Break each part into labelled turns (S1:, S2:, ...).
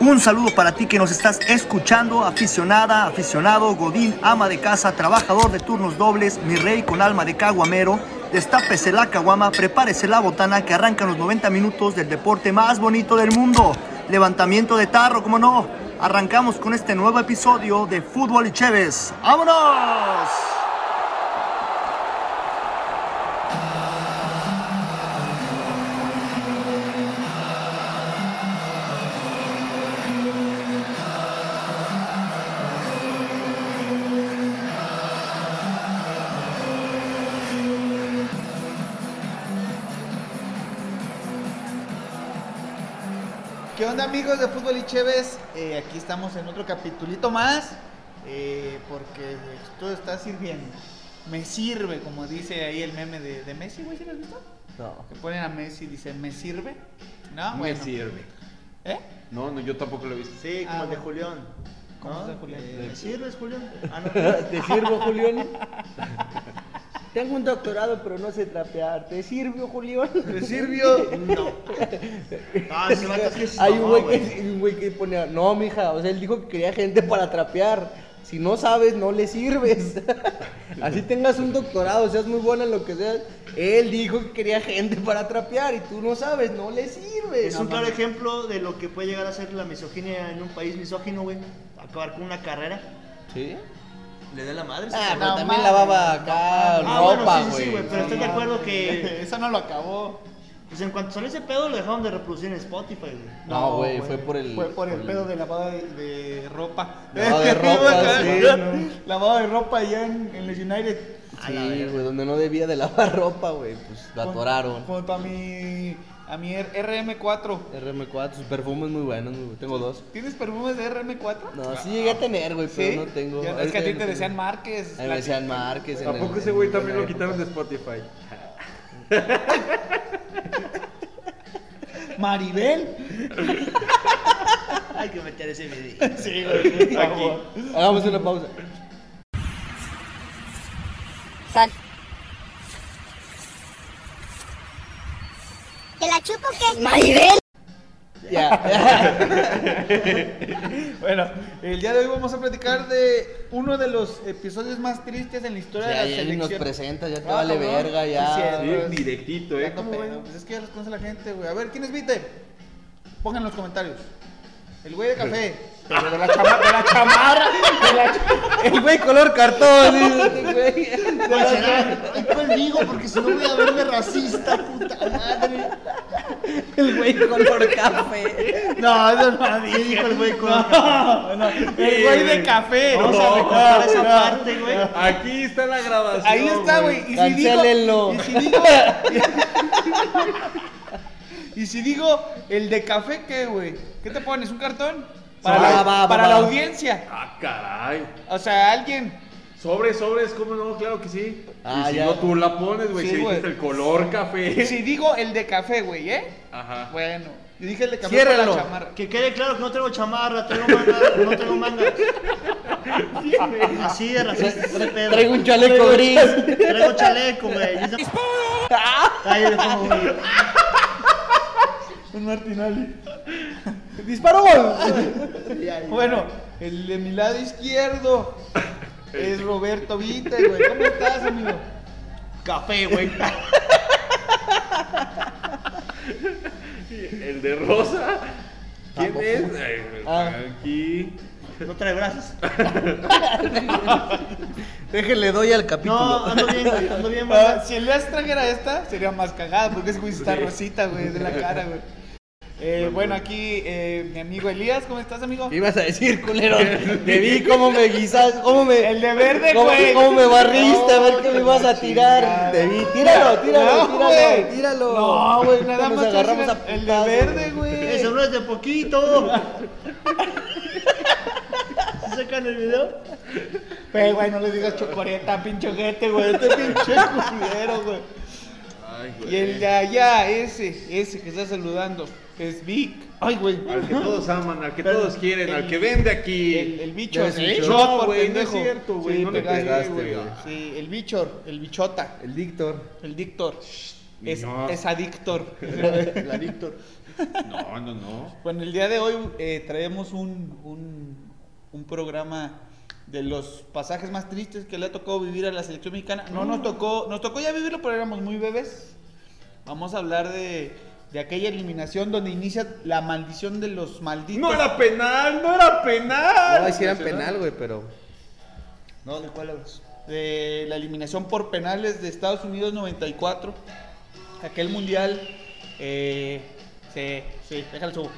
S1: Un saludo para ti que nos estás escuchando, aficionada, aficionado, godín, ama de casa, trabajador de turnos dobles, mi rey con alma de caguamero. Destápese la caguama, prepárese la botana que arrancan los 90 minutos del deporte más bonito del mundo. Levantamiento de tarro, como no. Arrancamos con este nuevo episodio de Fútbol y Chévez. ¡Vámonos!
S2: ¿Qué onda amigos de Fútbol y Chévez? Eh, aquí estamos en otro capitulito más, eh, porque esto está sirviendo. Me sirve, como dice ahí el meme de, de Messi, güey, ¿sí lo has visto?
S3: No.
S2: Que ponen a Messi y dicen, ¿me sirve? No,
S3: me
S2: bueno.
S3: sirve.
S2: ¿Eh?
S3: No, no, yo tampoco lo he visto.
S2: Sí,
S4: como el de Julián.
S2: ¿Cómo es de Julián?
S4: Eh, ¿Me sirves, Julián? Ah, no.
S5: ¿Te sirvo, Julián? Tengo un doctorado, pero no sé trapear. ¿Te sirvo, Julián?
S4: ¿Me sirvió? No. Ah, ese vato sí es
S5: Hay un
S4: mamá,
S5: güey que, un güey que pone, no, mija, o sea, él dijo que quería gente para trapear. Si no sabes, no le sirves. Así tengas un doctorado, seas muy buena en lo que seas. Él dijo que quería gente para trapear y tú no sabes, no le sirves.
S4: Es un claro ejemplo de lo que puede llegar a ser la misoginia en un país misógino, güey. Acabar con una carrera.
S5: ¿Sí?
S4: Le da la madre. ese
S5: Ah,
S4: cabrón.
S5: pero
S2: No
S5: también
S2: mames,
S5: lavaba acá
S4: no mames. Ah,
S5: ropa,
S4: bueno, sí, sí, sí,
S5: güey.
S4: güey, pero estoy de acuerdo que-
S2: Ah, Eso no lo acabó.
S4: Pues en cuanto salió ese pedo, lo dejaron de reproducir en Spotify, güey.
S5: No, güey, fue por el-
S2: Fue por el
S5: por el-
S2: pedo de lavado de, de ropa.
S5: Lavado de ropa, sí, no.
S2: Lavado de ropa allá en, en los United.
S5: Sí, güey, donde no debía de lavar ropa, güey, pues lo atoraron.
S2: Junto a mi, a mi R- RM4.
S5: RM4, sus perfumes muy buenos, güey. Tengo dos.
S2: ¿Tienes perfumes de RM4?
S5: No, sí llegué a tener, güey, pero no tengo.
S2: Ya, Es que
S5: Ahorita
S2: a ti
S5: ya no
S2: te
S5: tengo.
S2: decían Márquez.
S5: Ahí me decían Márquez. en
S3: ¿A
S5: el-
S3: poco ese
S5: en
S3: güey
S5: la
S3: también lo
S5: época.
S3: quitaron de Spotify?
S2: Maribel.
S4: Hay que meter ese video.
S2: Sí, güey.
S3: Aquí.
S5: Hagamos una pausa.
S6: Sal. ¿Te la chupo qué? Maribel.
S5: Ya.
S2: Bueno, el día de hoy vamos a platicar de uno de los episodios más tristes en la historia de
S5: Ya,
S2: la
S5: ya ni
S2: selección.
S5: nos presenta, ya te
S2: Ah,
S5: vale
S2: cabrón.
S5: verga, ya.
S2: Sí,
S3: Sí,
S2: cierto, es-
S3: directito,
S2: Ya
S3: ¿eh?
S2: no
S3: ¿Cómo
S2: pedo,
S3: ven?
S2: pues es que ya los conoce la gente, güey. A ver, ¿quién es Vite? Pongan en los comentarios. El güey de café. Pero de la chama- de la chamarra. de la cha-
S5: El güey color cartón. dice, güey.
S4: ¿Cuál será? Ay, ¿Cuál digo? Porque si no voy a verme racista, puta madre.
S5: El güey color café.
S4: No, eso no dije el güey con.
S2: No, no, El güey de café.
S4: Vamos a recortar esa parte, güey.
S3: Aquí está la grabación.
S2: Ahí está, güey. Y si digo.
S5: Cancélenlo.
S2: Y si digo. y si digo el de café, ¿qué, güey? ¿Qué te pones? ¿Un cartón? Para,
S5: Va,
S2: la,
S5: va, va,
S2: para la
S5: va.
S2: audiencia.
S3: Ah, caray.
S2: O sea, alguien.
S3: Sobres, sobres, ¿cómo no? Claro que sí.
S5: Ah,
S3: y si
S5: ya.
S3: no, tú la pones, güey.
S2: Sí,
S3: si dijiste
S2: güey.
S3: el color café.
S2: Y si digo el de café, güey, ¿eh?
S3: Ajá.
S2: Bueno. Yo dije el de café para
S5: Ciérrenlo.
S2: la chamarra.
S4: Que quede claro que no tengo chamarra, tengo manga, no tengo manga. Así de racista es ese pedo.
S5: Traigo un chaleco gris.
S4: Traigo chaleco, güey. y esa- Ahí le pongo, güey.
S2: Un Martinelli.
S5: ¡Disparó!
S2: Bueno, el de mi lado izquierdo es Roberto Vite, güey. ¿Cómo estás, amigo?
S4: Café, güey.
S3: El de rosa. ¿Quién
S5: Tampoco.
S3: es? Eh,
S5: Ah.
S3: Aquí.
S4: No trae brazos.
S5: Déjenle doy al
S4: No,
S5: capítulo.
S4: ando bien, güey. Ando bien, güey.
S2: Ah, si el Leas trajera esta, sería más cagada, porque es güey está rosita, güey, de la cara, güey. Eh, bueno, aquí eh, mi amigo Elías, ¿cómo estás, amigo?
S5: ¿Qué ibas a decir, culero? Te vi cómo me guisas, cómo me.
S2: El de verde,
S5: ¿Cómo,
S2: güey.
S5: cómo me barriste? A ver
S2: No,
S5: qué me ibas a
S2: chingada.
S5: tirar. Te vi. Tíralo,
S2: No,
S5: tíralo, tíralo,
S2: güey.
S5: tíralo.
S2: No, güey, nada
S5: Nos
S2: más. te
S5: agarramos
S2: decía
S5: a
S2: El de
S5: putazos.
S2: verde, güey.
S4: Eso no es de poquito. ¿Se sacan el video?
S2: Pero, güey, no le digas chocoreta, pinche ojete, güey. Este pinche culero, güey.
S3: Ay, güey.
S2: Y el de allá, ese, ese que está saludando, es Vic. Ay, güey.
S3: Al que todos aman, al que
S2: Pero
S3: todos quieren,
S2: el-
S3: al que vende aquí.
S2: El, el bicho,
S5: ¿Ya les
S2: el
S5: escuchó?
S2: bichot,
S3: No,
S2: por
S3: güey, no es
S2: pendejo.
S3: cierto, güey, no le
S2: pegaste,
S3: pegaste,
S2: güey.
S3: güey.
S2: Sí, el bichor, el bichota,
S5: El Víctor.
S2: el dictor. Es,
S3: No.
S2: es adictor.
S5: La Víctor.
S3: No, no, no.
S2: Bueno, el día de hoy eh, traemos un, un, un programa de los pasajes más tristes que le ha tocado vivir a la selección mexicana. No
S3: Mm.
S2: nos tocó, nos tocó ya vivirlo, pero éramos muy bebés. Vamos a hablar de, de aquella eliminación donde inicia la maldición de los malditos.
S3: No era penal, no era penal.
S5: No, hicieran penal, güey, pero.
S2: No, ¿de cuál hablas? De la eliminación por penales de Estados Unidos 94. Aquel mundial. Eh, sí, sí, déjalo subo.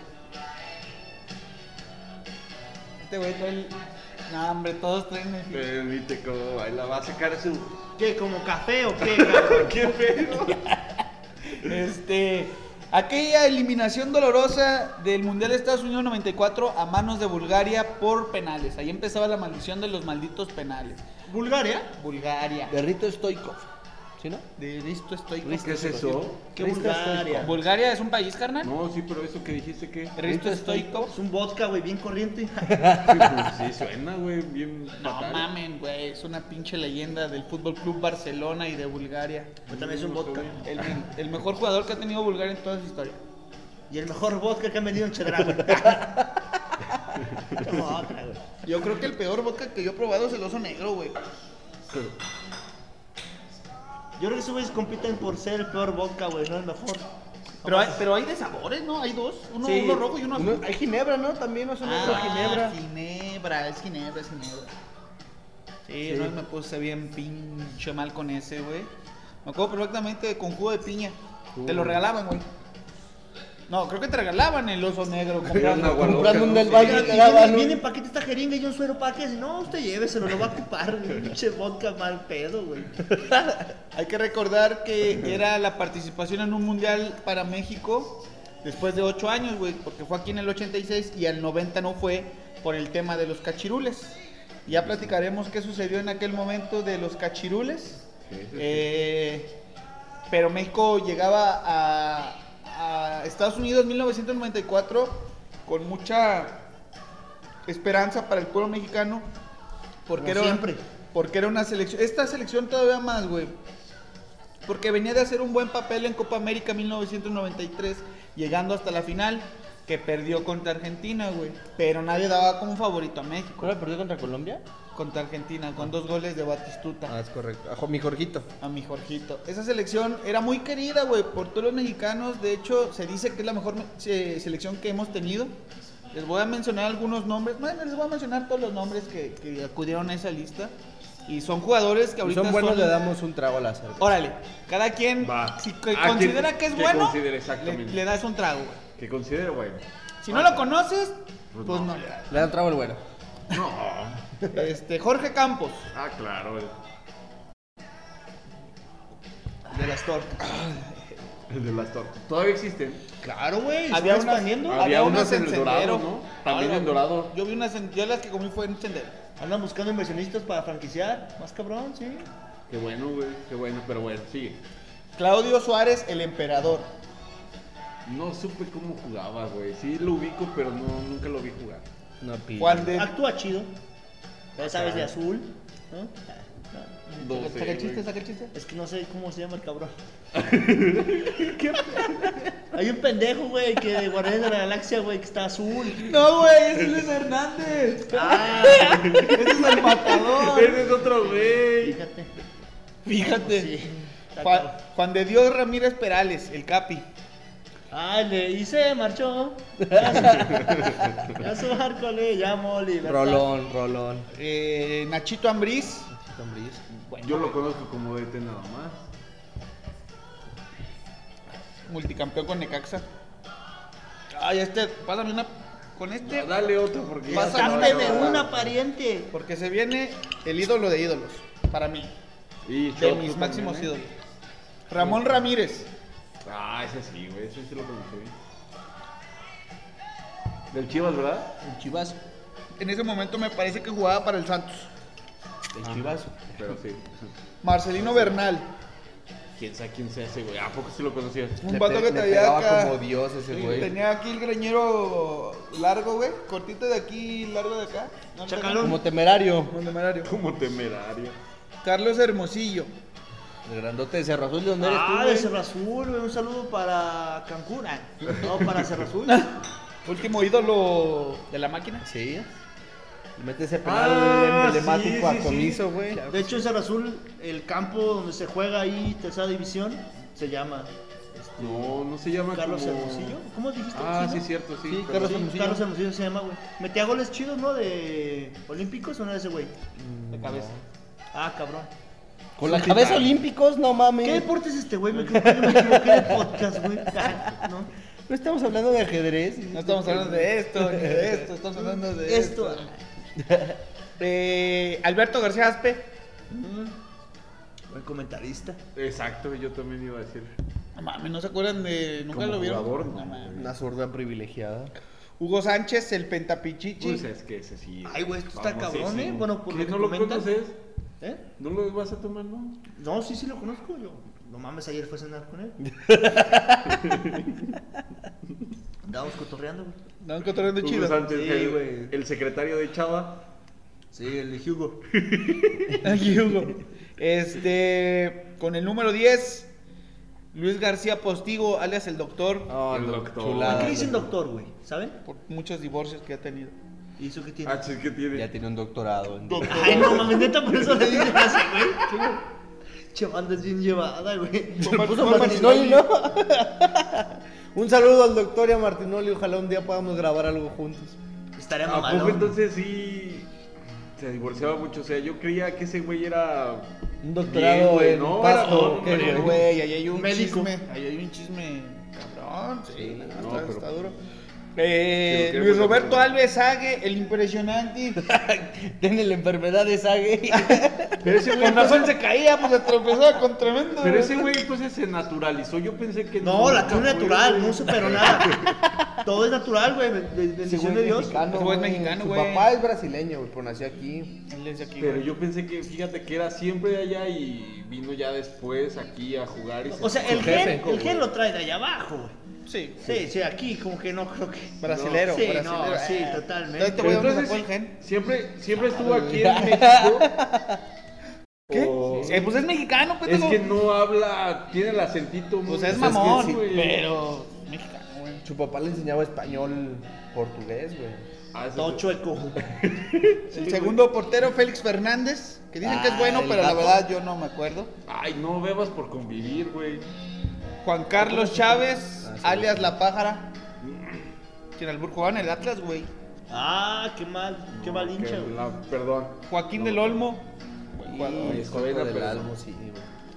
S2: Este güey trae el. No, hombre, todos traen el.
S3: Permite cómo baila, va a sacar su.
S4: ¿Qué? ¿Como café o qué? cabrón?
S3: ¿Qué pedo?
S2: Este. Aquella eliminación dolorosa del Mundial de Estados Unidos 94 a manos de Bulgaria por penales. Ahí empezaba la maldición de los malditos penales.
S4: ¿Bulgaria?
S2: Bulgaria.
S5: De Rito Stoikov. ¿Sí, no?
S2: De listo estoy.
S3: ¿Qué es eso?
S4: ¿Qué
S5: Cristo
S4: Bulgaria?
S2: ¿Bulgaria es un país, carnal?
S3: No, sí, pero eso que dijiste que.
S2: Risto estoico.
S4: Es un vodka, güey, bien
S3: Sí,
S4: corriente.
S3: pues, sí, suena, güey, bien.
S2: No
S3: fatal.
S2: mamen, güey, es una pinche leyenda del Fútbol Club Barcelona y de Bulgaria.
S4: Pues también es un vodka.
S2: El, el mejor jugador que ha tenido Bulgaria en toda su historia.
S4: Y el mejor vodka que han vendido en Chedragui. Como otra, güey.
S2: Yo creo que el peor vodka que yo he probado es el oso negro, güey.
S4: Yo creo que esos güeyes compiten por ser el peor vodka, güey, no el mejor.
S2: Pero hay, pero hay de sabores, ¿no? Hay dos, uno,
S5: Sí.
S2: uno rojo y uno azul.
S5: Hay Ginebra, ¿no? También no son
S2: Ah,
S5: Ginebra.
S2: Ginebra, es Ginebra, es Ginebra. Sí, no me puse bien pinche mal con ese, güey. Me acuerdo perfectamente con jugo de piña. Te lo regalaban, güey. No, creo que te regalaban el oso negro.
S3: Era una
S2: comprando.
S3: gualoca,
S5: Comprando un
S3: ¿no?
S5: del
S3: Sí.
S5: Valle
S4: Viene,
S5: que daban
S4: viene en
S5: un.
S4: paquete esta jeringa y un suero para que si no, usted lléveselo, lo va a ocupar, güey. Pinche vodka mal pedo, güey.
S2: Hay que recordar que era la participación en un mundial para México después de ocho años, güey, porque fue aquí en el 86 y al 90 no fue por el tema de los cachirules. Ya platicaremos qué sucedió en aquel momento de los cachirules.
S3: Sí, sí, sí.
S2: Eh, pero México llegaba a, a Estados Unidos 1994 con mucha esperanza para el pueblo mexicano. Porque
S4: Como
S2: era,
S4: siempre.
S2: Porque era una selección. Esta selección todavía más, güey. Porque venía de hacer un buen papel en Copa América 1993, llegando hasta la final, que perdió contra Argentina, güey. Pero nadie daba como favorito a México.
S5: ¿Cuál perdió contra Colombia?
S2: Contra Argentina, con dos goles de Batistuta
S5: Ah, es correcto. A Jo- mi Jorgito.
S2: a mi Jorgito. Esa selección era muy querida, güey, por todos los mexicanos. De hecho, se dice que es la mejor me- se- selección que hemos tenido. Les voy a mencionar algunos nombres. Bueno, les voy a mencionar todos los nombres que, que acudieron a esa lista. Y son jugadores que
S5: Si
S2: ahorita
S5: son buenos, le damos un trago al azar.
S2: Órale, cada quien,
S3: Va.
S2: si que
S3: Ah,
S2: considera
S3: que-
S2: que es
S3: que
S2: bueno,
S3: considere,
S2: le,
S3: exactamente.
S2: le das un trago, güey.
S3: ¿Qué considera, güey?
S2: Si no lo conoces,
S3: Pues
S2: pues
S3: no.
S2: no le das.
S5: Le da un trago al bueno.
S3: No.
S2: Este, Jorge Campos,
S3: Ah, claro, güey.
S2: de las
S3: Ah,
S2: tortas.
S3: El de las tortas. Todavía existen.
S4: Claro, güey. ¿se
S2: Había
S4: va
S2: unas-
S4: expandiendo?
S3: Había unas en el Dorado, ¿no? También en Dorado.
S2: Yo vi unas en, yo las que comí fue en Sendero.
S4: Andan buscando inversionistas para franquiciar. Más cabrón, sí.
S3: Qué bueno, güey. Qué bueno, pero bueno, sigue.
S2: Claudio Suárez, el emperador.
S3: No supe cómo jugaba, güey. Sí lo ubico, pero no, nunca lo vi jugar.
S5: No pide.
S2: Juan de.
S4: Actúa chido. Ya sabes, de azul. ¿no?
S3: No sé,
S2: Saca el chiste,
S3: güey.
S2: saca el chiste.
S4: Es que no sé cómo se llama el cabrón. Hay un pendejo, güey, que de Guardianes de la Galaxia, güey, que está azul.
S2: No, güey, es Luis Hernández.
S4: Ah,
S2: Ese es el matador.
S3: Ese es otro güey.
S4: fíjate.
S2: Fíjate.
S4: Sí.
S2: Juan, Juan de Dios Ramírez Perales, el Capi.
S4: Ah, le hice, marchó. Ya su- ya su barco le llamó libertad.
S5: Rolón, rolón.
S2: Eh, Nachito Ambriz.
S5: Sombrís.
S3: Yo lo conozco como DT nada más.
S2: multicampeón con Necaxa. Ay, este, pásame una con este.
S3: No, dale otro porque ya
S2: Pásame
S3: se me
S4: Sáqueme
S3: acabó.
S4: una pariente.
S2: Porque se viene el ídolo de ídolos, para mí,
S3: Y
S2: de
S3: Choco
S2: mis
S3: también,
S2: máximos
S3: ¿eh?
S2: ídolos. Ramón Ramírez,
S3: Ah, ese sí, güey. Ese sí lo conocí. Del Chivas, ¿verdad?
S5: El chivazo.
S2: en ese momento me parece que jugaba para el Santos.
S5: El chivazo.
S3: Pero sí.
S2: Marcelino Bernal,
S3: Quién sabe quién sea ese, güey. ¿A poco sí lo conocías?
S2: un
S5: Le
S2: vato
S5: pe-
S2: que
S5: le
S2: traía
S5: pegaba
S2: acá.
S5: como Dios ese
S2: Sí,
S5: güey.
S2: Tenía aquí el greñero largo, güey, cortito de aquí, largo de acá. No,
S4: Chacalón.
S5: Como temerario.
S2: no, no, numerario.
S3: Como temerario.
S2: Carlos Hermosillo,
S5: El grandote de Cerro Azul, ¿de dónde eres tú,
S4: ah,
S5: güey?
S4: de Cerro Azul, güey. Un saludo para Cancún. Ah, No, para Cerro Azul.
S2: Último ídolo de la máquina.
S5: Sí. Le mete ese penal
S3: Ah,
S5: emblemático
S3: sí, sí,
S5: a
S3: sí.
S5: Comiso, güey.
S4: De hecho, en Cerro Azul, el campo donde se juega ahí, tercera división, se llama
S3: No, no se llama
S4: Carlos
S3: Ah, como-
S4: Hermosillo. ¿Cómo dijiste?
S3: Ah, sí,
S4: Hermosillo?
S3: cierto, sí.
S5: Sí,
S3: pero-
S5: Carlos
S4: Sí,
S5: Hermosillo.
S4: Carlos Hermosillo se llama, güey. Metía goles chidos, ¿no? De Olímpicos o no de ese güey.
S2: De cabeza.
S4: Ah, cabrón.
S5: Con la cabeza olímpicos, no mames.
S4: ¿Qué deporte es este, güey? Me creo que yo me equivoqué de podcast, güey. ¿No?
S5: No estamos hablando de ajedrez.
S2: No estamos hablando de esto, ni de esto, estamos hablando de esto.
S4: Esto.
S2: Eh, Alberto García Aspe.
S4: Mm. Buen comentarista.
S3: Exacto, yo también iba a decir.
S2: No mames, no se acuerdan de. Nunca
S3: Como
S2: lo vieron.
S3: jugador,
S2: No
S3: no,
S2: mames.
S5: Una zurda privilegiada.
S2: Hugo Sánchez, el pentapichichi.
S3: Pues es que ese sí.
S4: Ay, güey, esto está
S3: famosísimo.
S4: cabrón, ¿eh? Bueno, por
S3: ¿Qué,
S4: lo que
S3: no lo
S4: comentan.
S3: conoces?
S4: ¿Eh?
S3: ¿No lo vas a tomar, no?
S4: No, sí, sí lo conozco yo. No mames, ayer fue a cenar con él. Andábamos cotorreando, güey.
S2: No, que otro
S3: Hugo
S2: chido.
S3: Sánchez,
S4: Sí,
S3: el,
S4: güey.
S3: el secretario de Chava.
S4: Sí, el de Hugo.
S2: Aquí Hugo. Este, con el número 10, Luis García Postigo, alias el doctor,
S5: Ah,
S3: El
S5: no,
S3: doctor.
S5: chulada.
S4: ¿Por qué le dicen doctor, güey? ¿Saben?
S2: por muchos divorcios que ha tenido.
S4: ¿Y eso qué tiene?
S3: Ah, sí, ¿qué tiene?
S5: Ya tiene un doctorado. en-
S4: Ay, no mames, neta, por eso le dicen así, güey. Che, banda es bien llevada, güey.
S5: Se lo puso Martinoli, ¿no? un saludo al doctor y a Martinoli. Ojalá un día podamos grabar algo juntos.
S4: Estaría
S3: ¿A poco
S4: mamalón.
S3: entonces sí se divorciaba mucho? O sea, yo creía que ese güey era.
S5: Un doctorado
S3: Bien, güey,
S5: en
S3: no,
S5: Pasto.
S3: no,
S5: ¿qué,
S3: no,
S5: güey?
S3: no,
S2: Güey, ahí hay un
S4: Médico.
S2: chisme. Ahí hay un chisme cabrón. Sí, no,
S3: no,
S2: está,
S3: pero-
S2: está duro. Eh,
S3: Sí, lo
S2: Luis
S3: queremos
S2: Roberto
S3: apoyar.
S2: Alves Sague, el impresionante.
S5: Tiene la enfermedad de Sage.
S3: Pero ese güey,
S2: Con razón se caía, pues se tropezaba con tremendo.
S3: pero ese güey entonces se naturalizó. Yo pensé que
S4: No, la
S3: nunca
S4: carne
S3: fue,
S4: natural,
S3: güey.
S4: no superó nada. Todo es natural, güey. be- be- Bendición de Dios.
S2: Ese güey es mexicano,
S5: Su
S2: güey.
S5: papá es brasileño, güey, pero nació aquí.
S2: Él es de aquí,
S3: Pero
S2: güey.
S3: yo pensé que, fíjate, que era siempre de allá y vino ya después aquí a jugar. Y se-
S4: O sea, el
S3: Su
S4: gen,
S3: jefe,
S4: el gen
S3: güey.
S4: lo trae de allá abajo, güey.
S2: Sí.
S4: Sí, sí, aquí como que no creo que.
S2: Brasilero,
S4: Sí,
S2: brasilero.
S4: no, sí,
S2: Eh,
S4: totalmente.
S2: Este
S3: Pero
S2: güey, ¿dónde
S3: entonces,
S2: sacó el gen?
S3: Siempre, siempre estuvo aquí en México.
S2: ¿Qué?
S3: O-
S2: Eh, pues es mexicano, pues.
S3: Es que no habla, tiene el acentito muy...
S2: Pues es
S3: que
S2: mamón,
S3: sí, güey.
S2: pero mexicano, güey.
S5: Su papá le enseñaba español portugués, güey.
S3: Ah, eso-
S4: Todo chueco.
S2: El segundo portero, Félix Fernández, que dicen que es
S5: Ah,
S2: bueno,
S5: el
S2: pero la
S5: gato.
S2: verdad yo no me acuerdo.
S3: Ay, no bebas por convivir, güey.
S2: Juan Carlos Chávez,
S5: Ah, sí.
S2: alias La Pájara. Quien albur jugaba en el Atlas, güey.
S4: Ah, qué mal, qué
S3: No,
S4: mal hincha,
S3: que
S4: güey.
S3: la- Perdón.
S2: Joaquín
S3: No.
S2: del Olmo. Buen
S5: Y
S2: jugador.
S5: es
S3: Escobedo,
S5: Coco del
S3: pero-
S5: Almo, sí, güey.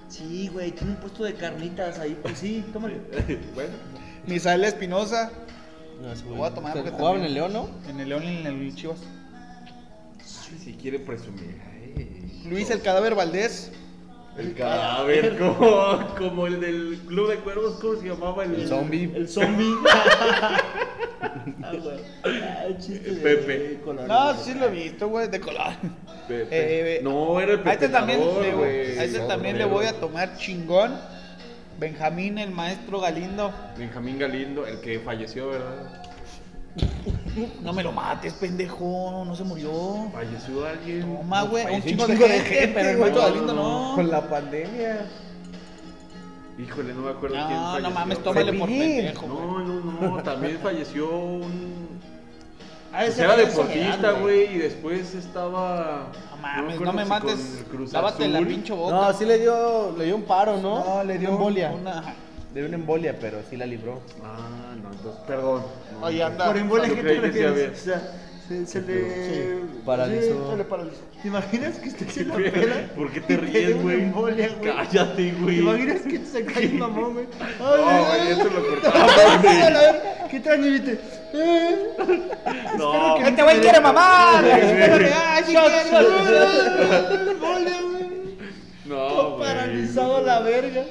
S4: Sí, güey, tiene un puesto de carnitas ahí. Pues sí, tómale.
S3: bueno,
S2: Misael Espinosa,
S5: No, ese
S2: Lo
S5: güey-
S2: voy a tomar porque
S5: ¿Jugaba en
S2: también-
S5: el León, no?
S2: en el León y en el Chivas.
S3: si quiere presumir. ay.
S2: Luis El Cadáver Valdés.
S3: El cadáver, como, como el del Club de Cuervos, ¿cómo se llamaba? El,
S5: El zombie.
S4: El zombie. ah, güey. Ah, el chiste de
S2: Eh,
S3: Pepe.
S4: colores,
S2: No,
S4: güey.
S2: sí lo he visto, güey, de color.
S3: Pepe.
S2: Eh,
S3: no, era el
S2: A este también,
S3: pepenador,
S2: le-
S3: güey.
S2: a este también le voy a tomar chingón. Benjamín, el maestro Galindo.
S3: Benjamín Galindo, el que falleció, ¿verdad?
S2: No me lo mates, pendejo. No se murió.
S3: Falleció alguien.
S2: Toma, güey.
S3: Pues,
S2: Un
S5: Falleció
S2: chingo de gente, pero el
S5: güey.
S2: maestro Galindo no.
S5: Con la pandemia.
S3: Híjole, no me acuerdo quién
S2: No,
S3: falleció.
S2: no mames, tómale por
S5: Cepillín.
S2: pendejo. güey.
S3: No, pues, no, no, también falleció un...
S4: Ah,
S3: Pues
S4: ese
S3: era
S4: güey es
S3: deportista,
S4: soberano,
S3: güey, y después estaba...
S2: No mames,
S3: acuerdo
S2: no me
S3: si
S2: mates.
S3: con Cruz
S2: Lávate la
S3: Azul.
S2: pinche boca.
S5: No, sí le dio, le dio un paro, ¿no?
S2: No, le dio
S5: Una embolia.
S2: una-
S5: Le dio una embolia, pero sí la libró.
S3: Ah, no, entonces, perdón. No,
S2: Ahí
S3: no.
S2: anda.
S4: Por embolia,
S3: Yo
S4: ¿qué te
S3: creí que sí
S4: refieres?
S3: había.
S4: O sea, se, se le...
S5: Sí, paralizó.
S4: Sí, se le paralizó. ¿Te imaginas que usted se la pela?
S3: ¿Por qué
S4: y
S3: te
S4: te
S3: ríes,
S4: dé una
S3: güey?
S4: embolia, güey?
S3: Cállate,
S4: ¿Te
S3: güey.
S4: imaginas que se cae un mamón, güey?
S3: No, güey,
S4: Ay,
S3: eso lo cortaba.
S4: ¿Qué tal, niñite? Eh,
S3: No,
S2: Este güey quiere mamar.
S3: Sí, güey.
S2: Espérame, ay, sí quiero.
S4: embolia, güey.
S3: No,
S4: Todo
S3: güey.
S4: paralizado a la verga.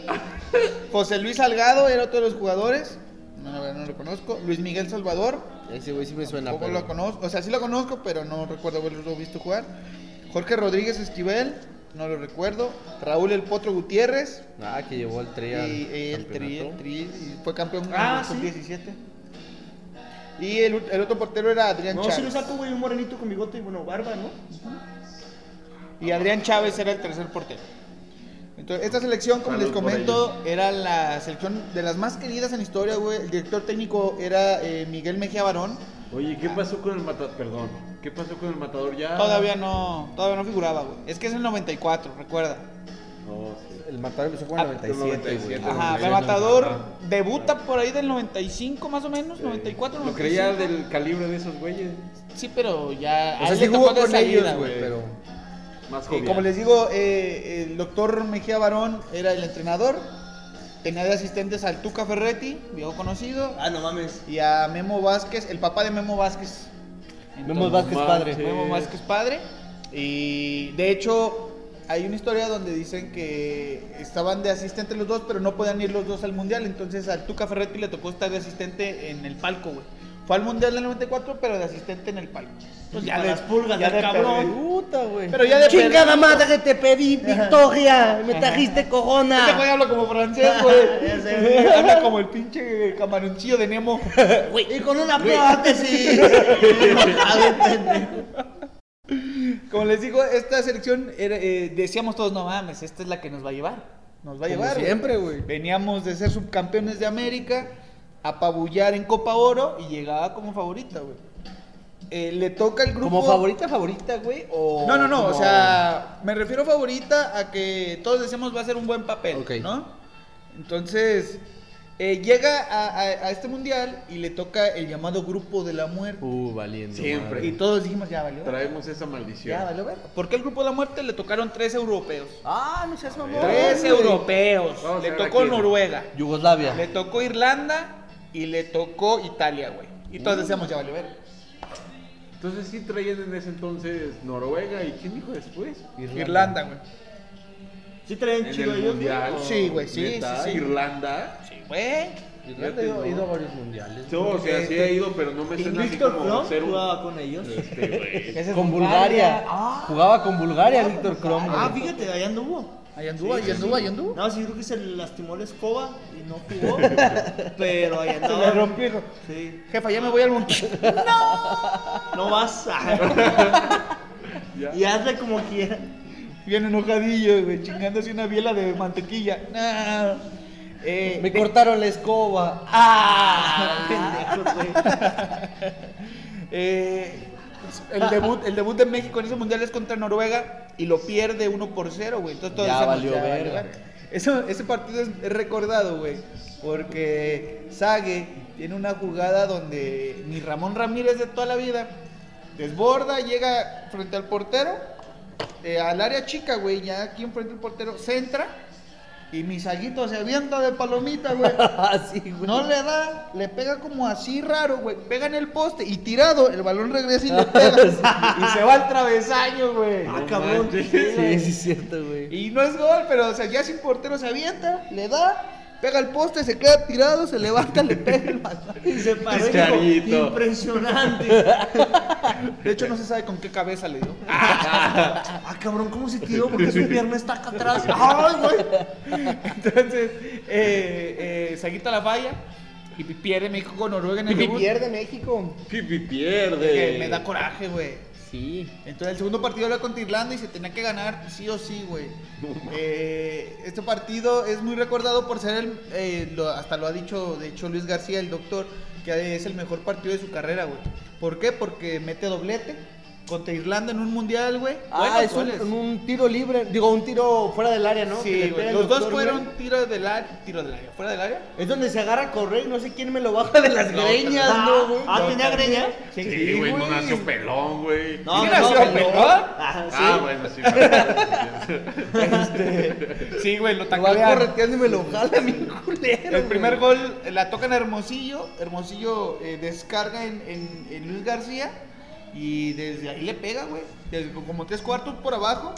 S2: José Luis Salgado era otro de los jugadores. No, la verdad, no lo conozco. Luis Miguel Salvador.
S5: Ese güey sí me suena.
S2: Tampoco
S5: pero-
S2: lo conozco. O sea, sí lo conozco, pero no recuerdo haberlo visto jugar. Jorge Rodríguez Esquivel. No lo recuerdo. Raúl El Potro Gutiérrez.
S5: Ah, que llevó al
S2: Y
S5: tri al
S2: el tri, el
S5: campeonato.
S2: tri, y fue campeón
S4: Ah,
S2: en
S4: sí.
S2: 17. Y el, ut- el otro portero era Adrián
S4: No, si lo
S2: Chávez.
S4: saco, güey, un morenito con bigote y, bueno, barba, ¿no?
S2: y Adrián Chávez era el tercer portero. Entonces, esta selección, como les
S3: Salud por
S2: comento, era la selección de las más queridas en historia, güey. El director técnico era eh, Miguel Mejía Barón.
S3: Oye, ¿qué pasó con el matador? Perdón, ¿qué pasó con el matador
S4: Ah.
S3: ya?
S2: Todavía no, todavía no figuraba, güey. Es que es el 94, recuerda.
S3: No, sí.
S5: El matador empezó con el 97, güey.
S3: 97,
S2: Ajá, el
S3: Pero-
S2: matador
S3: Ajá.
S2: debuta por ahí del 95 más o
S5: Eh,
S2: menos, 94,
S3: Lo creía
S2: 95.
S3: del calibre de esos güeyes.
S2: Sí, pero ya...
S5: O
S2: a
S5: sea,
S2: él le
S5: sí jugó
S2: tocó de
S5: con
S2: salida,
S5: ellos, güey,
S3: güey.
S5: pero...
S3: Más
S2: Eh,
S3: joven.
S2: como les digo, eh, el doctor Mejía Barón era el entrenador. Tenía de asistentes al Tuca Ferretti, viejo conocido,
S4: Ah, no mames.
S2: y a Memo Vázquez, el papá de Memo Vázquez.
S5: Memo Vázquez padre.
S3: manches.
S2: Memo Vázquez padre. Y de hecho, hay una historia donde dicen que estaban de asistentes los dos, pero no podían ir los dos al mundial. Entonces al Tuca Ferretti le tocó estar de asistente en el palco, güey. Fue al mundial del 94, pero de asistente en el palco. Pues
S4: A las pulgas
S2: ya
S4: del
S2: de
S4: cabrón.
S2: perder.
S5: Puta, güey.
S2: Pero ya de
S5: Chingada madre que te pedí, Victoria. Me trajiste
S2: Este güey
S5: cojona.
S2: habla como francés, güey.
S4: Ya sé.
S2: habla como el pinche camaroncillo de Nemo.
S4: Y con una prótesis. Enojado, pendejo.
S2: Como les digo, esta selección era, eh, decíamos todos, no mames, esta es la que nos va a llevar. Nos va a
S5: Como
S2: llevar. güey".
S5: siempre, güey.
S2: Veníamos de ser subcampeones de América, apabullar en Copa Oro y llegaba como favorita, güey. Eh, le toca el grupo.
S5: ¿Como favorita, favorita, güey? O
S2: No, no, no, o
S5: como-
S2: sea, me refiero favorita a que todos decimos va a ser un buen papel,
S5: Ok.
S2: ¿no? Entonces, eh, llega a, a- a este mundial y le toca el llamado grupo de la muerte.
S5: Uh, valiendo.
S3: Siempre.
S2: y todos dijimos, ya valió.
S3: Traemos esa maldición.
S2: Ya valió, ver. ¿Por qué el grupo de la muerte le tocaron tres europeos?
S5: Ah, no seas mamón.
S2: Tres
S5: güey.
S2: europeos.
S3: Vamos a
S2: le
S3: ver
S2: tocó
S3: aquí.
S2: Noruega,
S5: Yugoslavia.
S2: le tocó Irlanda y le tocó Italia, güey. Y todos decíamos, ya valió, ver.
S3: Entonces sí traían en ese entonces Noruega y ¿quién dijo después?
S2: Irlanda, güey.
S4: Sí traen
S3: En
S4: chido
S3: el
S4: ellos.
S3: mundial.
S2: Sí, güey, sí,
S3: Neta,
S2: sí, sí.
S3: Irlanda.
S2: Sí, güey.
S5: Irlanda ha ido- ha ido a varios mundiales.
S3: Sí, o sea, sí he ido, pero no me
S4: güey. Y
S3: suena así
S4: Víctor
S3: como
S4: Klum
S3: ser un-
S4: jugaba con ellos.
S3: Este, güey.
S2: Ese es
S5: Con Bulgaria.
S2: Ah,
S5: Jugaba con Bulgaria, Víctor Krom.
S4: Ah,
S5: güey.
S4: fíjate, ahí anduvo.
S2: Ahí anduvo, ahí anduvo, ahí anduvo.
S4: No, sí creo que se le lastimó la escoba y no jugó. pero ahí andaba.
S2: Le rompí, hijo.
S4: Sí.
S2: Jefa, ya me voy al monte.
S4: No vas.
S3: Ya.
S4: y hazle como quieras.
S2: Bien enojadillo, güey, chingándose una biela de mantequilla. Nah. Eh,
S5: Me
S2: de-
S5: cortaron la escoba.
S2: ¡Ah!
S4: Pendejo, güey.
S2: Eh, el, debut, el debut de México en ese mundial es contra Noruega y lo pierde 1 por 0, güey. Entonces todos
S5: Ya
S2: decíamos,
S5: valió verga".
S2: verga. Eso- ese partido es es recordado, güey, porque Sage tiene una jugada donde mi Ramón Ramírez de toda la vida desborda, llega frente al portero, eh, al área chica, güey, ya aquí enfrente del portero, centra y mi Saguito se avienta de palomita, güey.
S5: Así, Ah, güey.
S2: No le da, le pega como así raro, güey. Pega en el poste y tirado, el balón regresa y le pega. y se va al travesaño, güey.
S4: Ah, cabrón.
S3: manches.
S4: sí,
S5: Sí,
S4: güey.
S5: sí, es cierto, güey.
S2: Y no es gol, pero o sea, ya sin portero se avienta, le da, pega el poste, se queda tirado, se levanta, le pega el balón.
S4: Y se paró y dijo,
S3: Chicharito.
S4: impresionante.
S2: De hecho, no se sabe con qué cabeza le dio.
S4: Ah, cabrón, ¿cómo se tiró? Porque su pierna está acá atrás. Ay, güey.
S2: Entonces, eh, eh, Saguito la falla y pierde México con Noruega en el debut.
S5: México.
S3: Pipi
S2: Que
S3: pierde.
S2: me da coraje, güey.
S5: Sí.
S2: Entonces el segundo partido era contra Irlanda y se tenía que ganar sí o sí, güey. Eh, este partido es muy recordado por ser el, eh, lo- hasta lo ha dicho de hecho Luis García, el doctor, que es el mejor partido de su carrera, güey. ¿Por qué? Porque mete doblete contra Irlanda en un mundial, güey.
S5: Ah,
S2: Bueno,
S5: es un,
S2: goles.
S5: en un tiro libre. Digo, un tiro fuera del área, ¿no?
S2: Sí,
S5: Que le
S2: güey.
S5: pega el
S2: Los dos
S5: doctor,
S2: fueron
S5: güey.
S2: tiro del área, tiro del área, fuera del área.
S5: Es donde se agarra a correr y no sé quién me lo baja de las greñas, ¿no, güey?
S4: Ah, ¿tenía greña?
S3: Sí, güey, no nació pelón, güey.
S4: No,
S2: ¿Sí
S4: no,
S2: nació
S4: pelón.
S2: pelón?
S4: Ah, sí.
S3: Ah, bueno, sí. pero-
S2: Sí, güey, lo
S5: Lo va
S2: taclearon.
S5: correteando y me lo jala mi culero.
S2: El primer
S5: güey.
S2: gol eh, la tocan a Hermosillo. Hermosillo eh, descarga en, en- en Luis García. Y desde ahí le pega, güey. Desde como tres cuartos por abajo.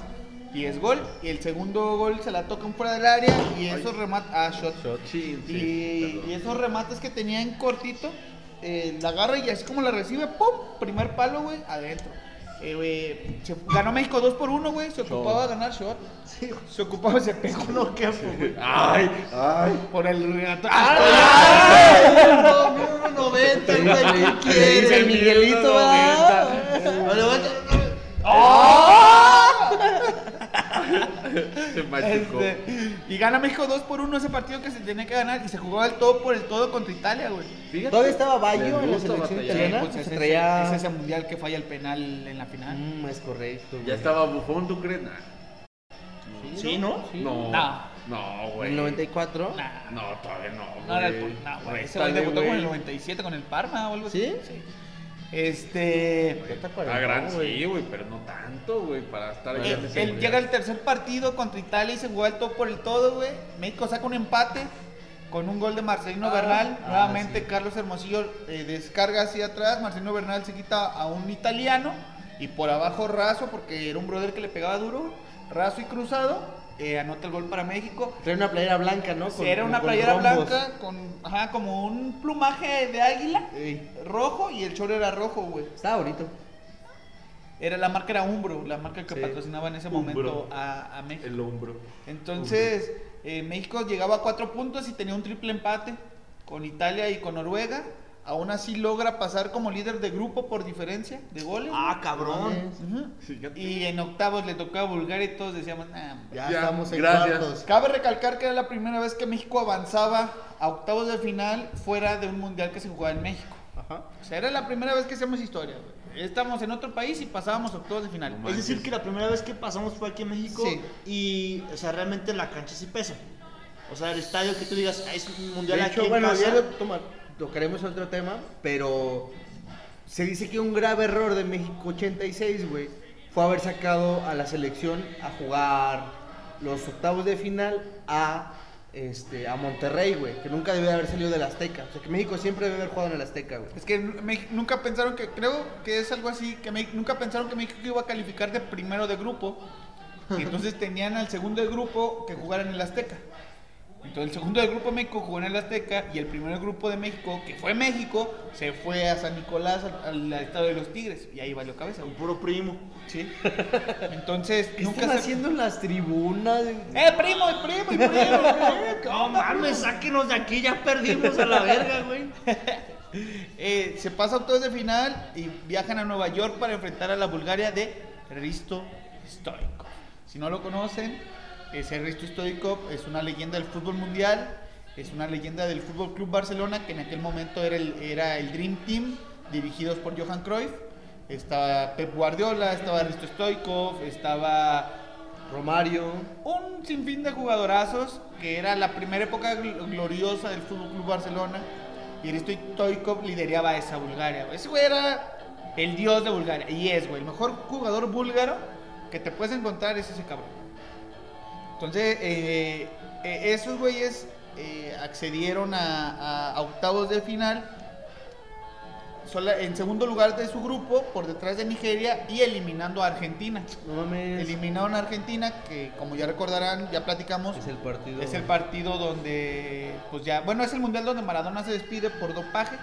S2: Y es gol. Y el segundo gol se la tocan fuera del área. Y esos remates. Ah, shot.
S3: Chin,
S2: Y,
S3: sí,
S2: y
S3: perdón.
S2: esos remates que tenía en cortito. eh, la agarra y así como la recibe, ¡pum! Primer palo, güey, adentro. Eh, güey, se- ganó México 2 por 1, güey. Se ocupaba ganar shot. Se ocupaba, se pegó no que güey.
S3: Ay, ay.
S2: Por el regato. ¡Ah!
S4: No, no, 90, güey, ¿qué
S5: Le dice el
S4: quieres?
S5: Miguelito,
S2: ¡Ah!
S5: ¿verdad?
S3: ¡Oh!
S4: No le voy a-
S2: ¡Ah!
S3: Se machucó.
S2: Este, y gana México 2 por 1 ese partido que se tenía que ganar y se jugó al todo por el todo contra Italia, güey.
S3: Fíjate,
S5: Todavía estaba Bayo
S3: les
S5: en la
S3: gusta
S5: selección
S3: batallar.
S5: italiana.
S2: pues,
S5: se
S2: es, ese-
S5: traía-
S2: es ese mundial que falla el penal en la final.
S5: Mm, es correcto.
S3: pues, Ya
S5: güey.
S3: estaba bufón, ¿tú crees? Nah.
S5: Mm,
S4: ¿Sí, no?
S3: No.
S2: No.
S3: No,
S5: En
S3: güey.
S5: el 94.
S2: Nah.
S3: No, todavía no, güey.
S2: No era el- no, güey, ese güey
S3: Réstale,
S2: debutó con el
S3: güey.
S2: 97 con el Parma o algo así.
S5: ¿Sí?
S2: Este.
S5: Ya te acuerdas,
S3: Ah, gran,
S5: güey.
S3: sí, güey, pero no tanto, güey, para estar ahí en
S2: Él,
S3: ese
S2: él
S3: mundial.
S2: llega al tercer partido contra Italia y se jugó al todo por el todo, güey. México saca un empate con un gol de Marcelino Bernal.
S5: ah,
S2: Nuevamente
S5: sí.
S2: Carlos Hermosillo eh, descarga hacia atrás. Marcelino Bernal se quita a un italiano y por abajo Razo, porque era un brother que le pegaba duro. Razo y cruzado. eh, anota el gol para México.
S5: Traía una playera blanca, ¿no? Con-
S2: era una
S5: con
S2: playera
S5: rombos.
S2: blanca con ajá, como un plumaje de águila
S5: Ey,
S2: rojo y el chorro era rojo, güey.
S5: estaba bonito.
S2: Era la marca era Umbro, la marca que
S5: Sí.
S2: patrocinaba en ese
S3: Umbro.
S2: momento a, a México.
S3: El hombro.
S2: Entonces, eh, México llegaba a cuatro puntos y tenía un triple empate con Italia y con Noruega. Aún así logra pasar como líder de grupo por diferencia de goles.
S1: Ah, cabrón.
S5: Mames.
S2: Ujú.
S3: Fíjate.
S2: Y en octavos le tocaba a Bulgaria y todos decíamos, nah, hombre".
S5: Ya,
S3: Ya,
S5: estamos en
S3: gracias.
S5: cuartos.
S2: Cabe recalcar que era la primera vez que México avanzaba a octavos de final fuera de un mundial que se jugaba en México.
S5: Ajá.
S2: O sea, era la primera vez que hacíamos historia. güey. Estábamos en otro país y pasábamos octavos de final.
S3: No
S4: Es
S3: manches.
S4: decir, que la primera vez que pasamos fue aquí en México
S2: Sí.
S4: y, o sea, realmente la cancha sí pesa. O sea, el estadio que tú digas, "Ah, es un mundial
S5: de
S4: aquí
S5: hecho,
S4: en
S5: bueno,
S4: casa".
S5: ya lo toma- tocaremos otro tema, pero se dice que un grave error de México 86, güey, fue haber sacado a la selección a jugar los octavos de final a este a Monterrey, güey, que nunca debió haber salido del Azteca. O sea, que México siempre debe haber jugado en el Azteca, güey.
S2: Es que me- nunca pensaron que, creo que es algo así, que me- nunca pensaron que México iba a calificar de primero de grupo. Y entonces tenían al segundo del grupo que jugara en el Azteca. Entonces el segundo del grupo de México jugó en el Azteca y el primer grupo de México, que fue México, se fue a San Nicolás, al, al- al estado de los Tigres. Y ahí valió cabeza.
S4: Un
S2: güey.
S4: puro primo.
S2: Sí. Entonces,
S5: ¿Qué
S2: nunca
S5: están
S2: se-
S5: haciendo en las tribunas?
S2: ¡Eh, primo, eh, primo, eh, primo! eh!
S4: No mames, sáquenos de aquí, ya perdimos a la verga, güey.
S2: Eh, se pasa a octavos de final y viajan a Nueva York para enfrentar a la Bulgaria de Risto Stoichkov. Si no lo conocen, ese Risto Stoichkov es una leyenda del fútbol mundial, es una leyenda del Fútbol Club Barcelona, que en aquel momento era el, era el Dream Team, dirigidos por Johan Cruyff. Estaba Pep Guardiola, estaba Risto Stoichkov, estaba
S5: Romario,
S2: un sinfín de jugadorazos que era la primera época gl- gloriosa del Fútbol Club Barcelona y Risto Toikov lideraba esa Bulgaria. güey. Ese güey era el dios de Bulgaria y es, güey, el mejor jugador búlgaro que te puedes encontrar es ese cabrón. Entonces, eh, eh, esos güeyes eh, accedieron a- a- a octavos de final sola- en segundo lugar de su grupo por detrás de Nigeria y eliminando a Argentina.
S5: no mames.
S2: Eliminaron a Argentina, que como ya recordarán, ya platicamos,
S5: Es el partido.
S2: es el partido donde, pues ya, bueno, es el mundial donde Maradona se despide por dopaje,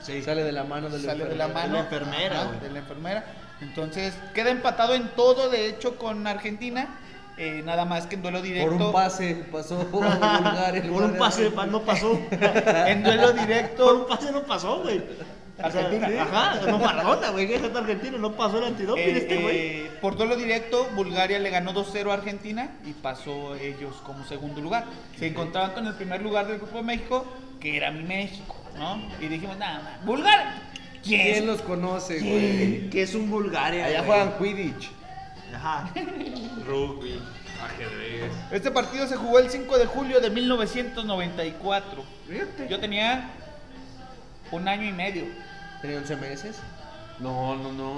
S5: Sale de la mano del
S2: sale de la
S5: enfermero.
S2: mano.
S4: la enfermera,
S2: ajá,
S4: güey.
S2: de la enfermera. Entonces, queda empatado en todo, de hecho, con Argentina, eh, nada más que en duelo
S5: Por
S2: directo.
S5: un pase pasó a Bulgaria en
S4: Por
S5: lugar
S4: un
S5: de-
S4: pase pa- no pasó.
S2: En duelo
S4: Por
S2: directo.
S4: un pase no pasó, güey. O sea,
S2: Argentina.
S4: Ajá, no Maradona, güey. Que es argentino, no pasó el antidoping
S2: eh,
S4: este, güey.
S2: eh, por duelo directo, Bulgaria le ganó 2-0 a Argentina y pasó ellos como segundo lugar. Se encontraban con el primer lugar del Grupo de México, que era mi México, ¿no? Y dijimos, nada más, Bulgaria. ¿Quién?
S5: ¿Quién los conoce, güey?
S4: Que es un Bulgaria.
S5: Allá
S4: güey.
S5: juegan Quidditch.
S4: Ajá.
S3: Rugby, ajedrez.
S2: Este partido se jugó el 5 de julio de 1994.
S3: Fíjate.
S2: Yo tenía un año y medio.
S5: Tenía 11 meses.
S3: No, no, no.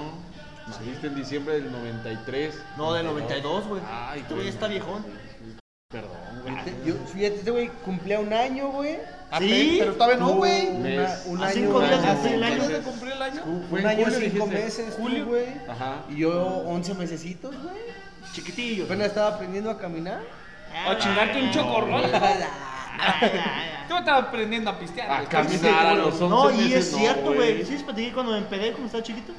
S3: Naciste en diciembre del 93.
S4: No, de 92, güey.
S3: Ay,
S4: Este güey está viejón. Ah,
S3: Perdón, güey.
S5: Fíjate, Yo, fíjate, este güey cumplía un año, güey.
S2: Ape- Pero todavía no,
S5: Tuvo
S2: güey.
S5: una-
S3: Mes.
S5: Un
S4: A
S5: año.
S4: cinco días de
S5: un año,
S4: cumplir el año.
S2: ¿Cuándo se cumplió el año?
S3: Fue
S5: Un
S3: en
S5: año,
S3: julio,
S5: cinco
S3: dijiste.
S5: meses.
S2: Julio.
S5: Julio, güey.
S3: Ajá.
S5: Y yo 11 mesecitos, güey.
S4: Chiquitillo.
S5: Apenas estaba aprendiendo a caminar.
S4: Ah.
S2: A chingarte un chocorrol. Tú estabas aprendiendo a pistear.
S3: A
S2: güey.
S3: caminar a los 11
S4: No, y
S3: meses,
S4: es
S3: no,
S4: cierto, güey. ¿Sí les platiqué cuando me empedé cuando estaba chiquito?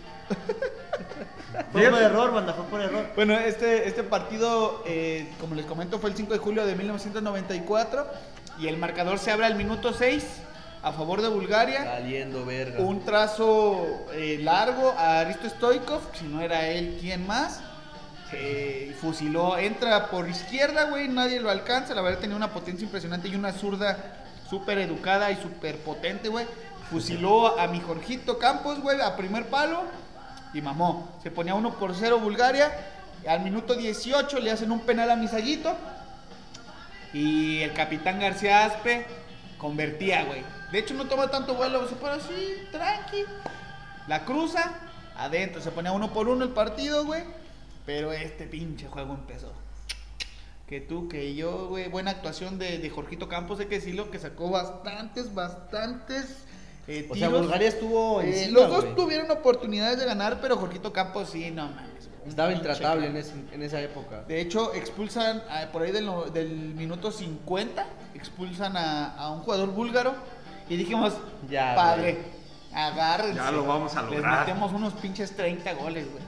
S4: fue
S3: Fíjate.
S4: por error, banda, fue por error.
S2: Bueno, este, este partido, eh, como les comento, fue el 5 de julio de 1994 y el marcador se abre al minuto 6 a favor de Bulgaria.
S5: Saliendo verga.
S2: Un trazo eh, largo a Aristo Stoikov, si no era él, ¿quién más? eh, y fusiló. Entra por izquierda, güey, nadie lo alcanza. La verdad tenía una potencia impresionante y una zurda súper educada y súper potente, güey. Fusiló a mi Jorgito Campos, güey, a primer palo y mamó. Se ponía 1 por 0 Bulgaria. Al minuto 18 le hacen un penal a Misaguito. Y el capitán García Aspe convertía, güey. De hecho, no toma tanto vuelo, se pone así, tranqui. La cruza, adentro. Se ponía uno por uno el partido, güey. Pero este pinche juego empezó. Que tú, que yo, güey. Buena actuación de, de Jorgito Campos, hay que decirlo, que sacó bastantes, bastantes. eh,
S5: O sea,
S2: tiros.
S5: Bulgaria estuvo
S2: Eh,
S5: encima,
S2: los dos
S5: güey.
S2: tuvieron oportunidades de ganar, pero Jorgito Campos sí, no mames. güey.
S5: Estaba
S2: Un pinche
S5: intratable en,
S2: cabrón.
S5: ese- en esa época.
S2: De hecho, expulsan ah, por ahí del, no- del minuto 50, expulsan a, a un jugador búlgaro y dijimos,
S5: Ya,
S2: padre, agárrense.
S3: Ya lo vamos a
S2: Les
S3: lograr.
S2: metemos unos pinches 30 goles, güey.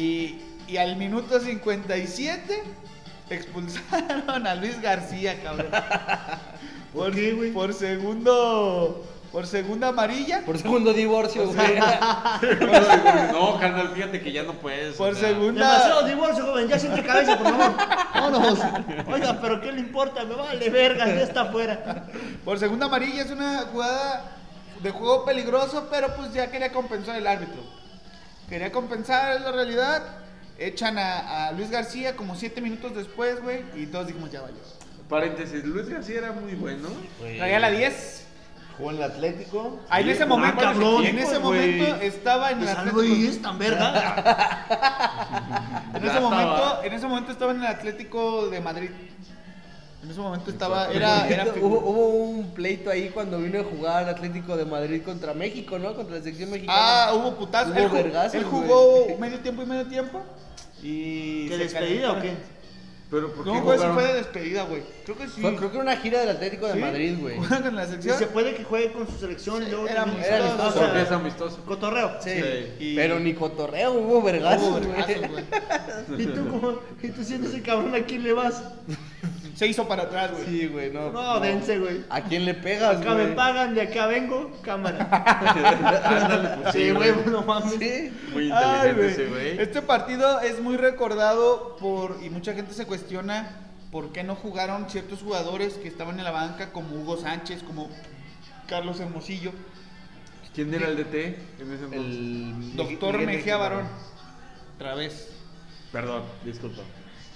S2: Y, y al minuto 57 expulsaron a Luis García, cabrón. ¿Por, Por segundo, por segunda amarilla.
S5: Por segundo divorcio, güey.
S3: No, carnal, fíjate que ya no puedes.
S2: Por
S3: o sea,
S2: segunda.
S4: Demasiado divorcio, joven. Ya siente cabeza, por favor. Vámonos. Oiga, pero ¿qué le importa? Me vale verga, ya está afuera.
S2: Por segunda amarilla es una jugada de juego peligroso, pero pues ya quería compensar el árbitro. Quería compensar es la realidad. Echan a, a Luis García como siete minutos después, güey, y todos dijimos ya valió.
S3: Paréntesis, Luis García era muy bueno.
S2: Traía la 10.
S4: Jugó en el Atlético.
S2: Ahí en
S3: Sí,
S2: ese
S3: jugaba
S2: momento,
S3: con
S2: en
S3: los
S2: ese
S3: tiempos, güey.
S2: momento estaba en el
S4: Pues
S2: Atlético.
S4: algo ahí es tan verga.
S2: En
S3: Ya
S2: ese
S3: estaba.
S2: momento, en ese momento estaba en el Atlético de Madrid. En ese momento estaba era era
S5: hubo, hubo un pleito ahí cuando vino a jugar Atlético de Madrid contra México, ¿no? Contra la selección mexicana.
S2: Ah, hubo putazo.
S5: Hubo
S2: él, ju-
S5: vergazos,
S2: él
S5: güey.
S2: jugó medio tiempo y medio tiempo. Y
S4: ¿Qué
S2: se
S4: despedida o
S2: calentó.
S4: qué?
S3: Pero ¿por qué
S2: No, güey, sí
S3: jugaron?
S2: fue de despedida, güey. Creo que sí.
S5: Fue- creo que era una gira del Atlético de
S2: ¿Sí?
S5: Madrid, güey.
S2: Juega con la
S4: Y
S2: sección.
S4: se puede que juegue con su selección.
S2: Sí,
S4: luego
S2: era
S4: también-
S2: era amistoso.
S4: o sea,
S3: Porque es amistoso.
S4: Cotorreo.
S5: eh. Sí.
S2: y-
S5: Pero ni cotorreo, hubo vergazos,
S2: Hubo
S5: güey.
S2: vergazos, güey.
S4: ¿Y tú, cómo, ¿Y tú siendo ese cabrón a quién le vas?
S2: Se hizo para atrás, güey.
S5: Sí, güey, no.
S4: No, dense, güey.
S5: ¿A quién le pegas,
S4: Acá me
S5: güey?
S4: pagan, de acá vengo, cámara.
S3: Ándale, pues,
S4: Sí, güey, no mames.
S5: Sí.
S3: Muy
S2: Ay,
S3: inteligente
S2: güey.
S3: ese güey.
S2: Este partido es muy recordado por y mucha gente se cuestiona por qué no jugaron ciertos jugadores que estaban en la banca como Hugo Sánchez, como Carlos Hermosillo,
S3: ¿Quién era el DT en ese entonces?
S5: El
S2: Doctor
S5: Miguel
S2: Mejía
S5: Ángel
S2: Barón. Otra vez.
S3: Perdón, disculpa.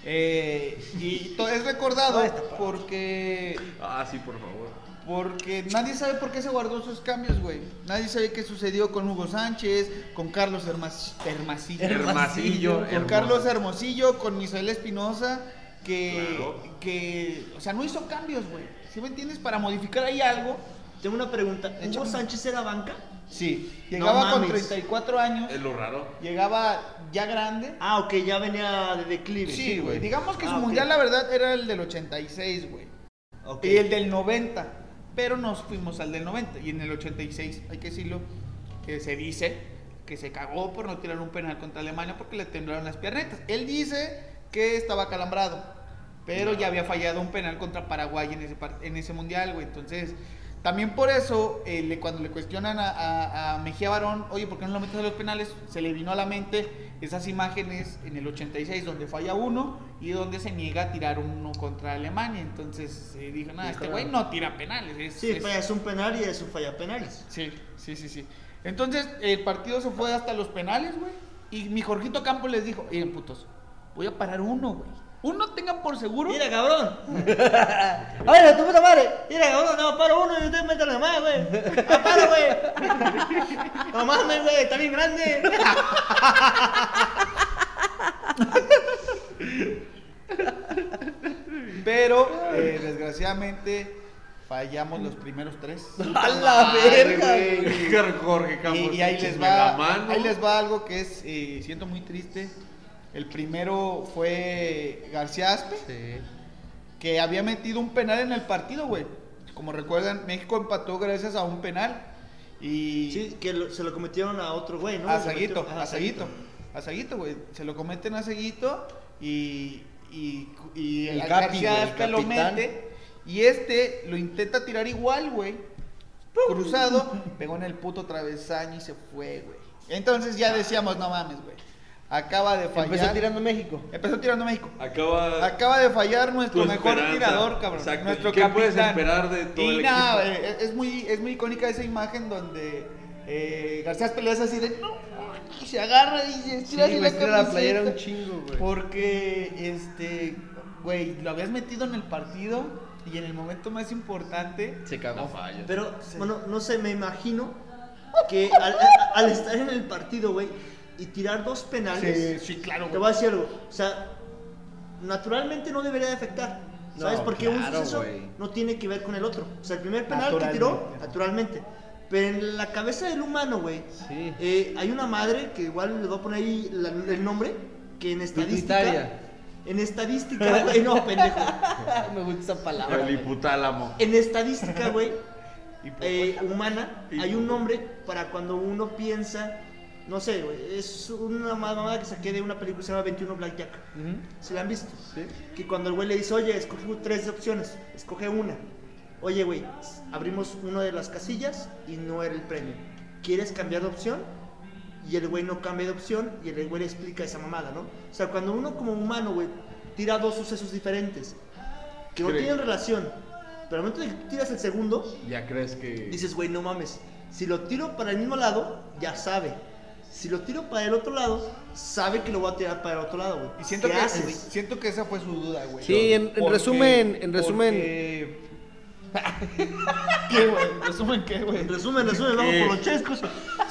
S2: Eh, y to- es recordado porque
S3: Ah, sí, por favor.
S2: Porque nadie sabe por qué se guardó esos cambios, güey. Nadie sabe qué sucedió con Hugo Sánchez, con Carlos Hermas- Hermosillo.
S3: Hermosillo,
S2: Con
S3: hermoso.
S2: Carlos Hermosillo, con Misael Espinosa, que,
S3: Claro.
S2: que, o sea, no hizo cambios, güey. ¿Sí me entiendes? Para modificar ahí algo.
S4: Tengo una pregunta. ¿Hugo
S2: Échame.
S4: Sánchez era banca?
S2: Sí.
S4: No
S2: Llegaba con
S4: mames.
S2: 34 años,
S3: Es lo raro.
S2: llegaba ya grande.
S4: Ah, ok, ya venía de declive.
S2: Sí, güey. Digamos que
S4: Ah,
S2: su
S4: ok.
S2: mundial, la verdad, era el del 86, güey.
S4: Ok.
S2: Y el del 90. Pero nos fuimos al del 90. Y en el 86, hay que decirlo, que se dice que se cagó por no tirar un penal contra Alemania porque le temblaron las piernetas. Él dice que estaba calambrado. Pero ya había fallado un penal contra Paraguay en ese, par- en ese mundial, güey. Entonces, también por eso, eh, le- cuando le cuestionan a, a- a Mejía Barón, oye, ¿por qué no lo metes a los penales? Se le vino a la mente esas imágenes en el 86 donde falla uno y donde se niega a tirar uno contra Alemania. Entonces, eh, dijo, nada, este güey no tira penales. es-
S4: Sí,
S2: es-
S4: falla- es un penal y es un falla penales.
S2: Sí, sí, sí, sí. Entonces, el partido se fue hasta los penales, güey. Y mi Jorgito Campos les dijo, miren, putos, voy a parar uno, güey. Uno tengan por seguro.
S4: Mira, cabrón. Ahora, tu puta madre. Mira, cabrón, no, paro uno y ustedes meten los demás, güey. Ah, para, güey. No mames, güey, está bien grande.
S2: Pero, eh, desgraciadamente, fallamos los primeros tres.
S5: A la verga,
S2: Ay,
S5: güey.
S3: Jorge Campos.
S2: Y, y ahí les
S3: La
S2: va,
S3: mano.
S2: ahí les va algo que es, eh, siento muy triste. El primero fue García Aspe,
S5: Sí.
S2: que había metido un penal en el partido, güey. Como recuerdan, México empató gracias a un penal. Y
S4: Sí, que lo- se lo cometieron a otro güey, ¿no?
S2: a
S4: Le
S2: Saguito,
S4: cometió-
S2: a Saguito, a Saguito, güey. Se lo cometen a Saguito y, y, y
S5: El
S2: al
S5: Capi,
S2: García
S5: güey, el
S2: Aspe lo
S5: capitán.
S2: mete. Y este lo intenta tirar igual, güey. Cruzado, pegó en el puto travesaño y se fue, güey. Entonces ya decíamos, no mames, güey. Acaba de fallar.
S5: Empezó tirando México.
S2: Empezó tirando México.
S3: Acaba.
S2: Acaba de fallar nuestro
S3: Tu
S2: mejor
S3: esperanza.
S2: tirador, cabrón.
S3: Exacto.
S2: Nuestro
S3: ¿Y qué puedes
S2: capitán.
S3: esperar de todo
S2: y
S3: el
S2: nada,
S3: equipo?
S2: eh, es muy, es muy icónica esa imagen donde eh, García Pelea es así de. "No", y se agarra y se
S5: Sí,
S2: tira así
S5: güey, tira la playera
S2: camiseta.
S5: un chingo, güey.
S2: Porque, este, güey, lo habías metido en el partido y en el momento más importante.
S5: Se
S3: No
S5: cagó.
S3: falla.
S4: Pero, bueno, no sé, me imagino que al, a- al estar en el partido, güey, y tirar dos penales,
S2: sí, claro,
S4: te voy a decir algo. O sea, naturalmente no debería de afectar.
S5: No,
S4: ¿Sabes? Porque un
S5: claro,
S4: suceso
S5: güey.
S4: no tiene que ver con el otro. O sea, el primer penal que tiró,
S2: Naturalmente.
S4: naturalmente. Pero en la cabeza del humano, güey,
S5: Sí.
S4: eh, hay una madre que igual le voy a poner ahí la- el nombre, que en estadística.
S5: Pituitaria.
S4: En estadística, güey, no, pendejo.
S5: Me gusta esa palabra.
S3: El
S5: güey.
S3: hiputálamo.
S4: En estadística, güey, eh, humana, hay un nombre para cuando uno piensa, no sé, güey, es una mamada que saqué de una película que se llama 21 Blackjack.
S5: Ujú.
S4: ¿Se la han visto?
S5: Sí.
S4: Que cuando el güey le dice, oye, escoge tres opciones, escoge una. Oye, güey, abrimos una de las casillas y no era el premio. ¿Quieres cambiar de opción? Y el güey no cambia de opción y el güey le explica esa mamada, ¿no? O sea, cuando uno como humano, güey, tira dos sucesos diferentes que no
S3: Creo.
S4: tienen relación, pero al momento de que tiras el segundo,
S3: Ya crees que.
S4: dices, güey, no mames. Si lo tiro para el mismo lado, ya sabe. Si lo tiro para el otro lado, sabe que lo voy a tirar para el otro lado, güey.
S2: Y siento
S4: ¿Qué
S2: que, eh,
S4: haces?
S2: siento que esa fue su duda, güey.
S5: Sí, en- en
S2: Porque-
S5: resumen, en resumen.
S2: porque- ¿Qué, güey? ¿En resumen qué, güey?
S4: En resumen, resumen, vamos por los chescos.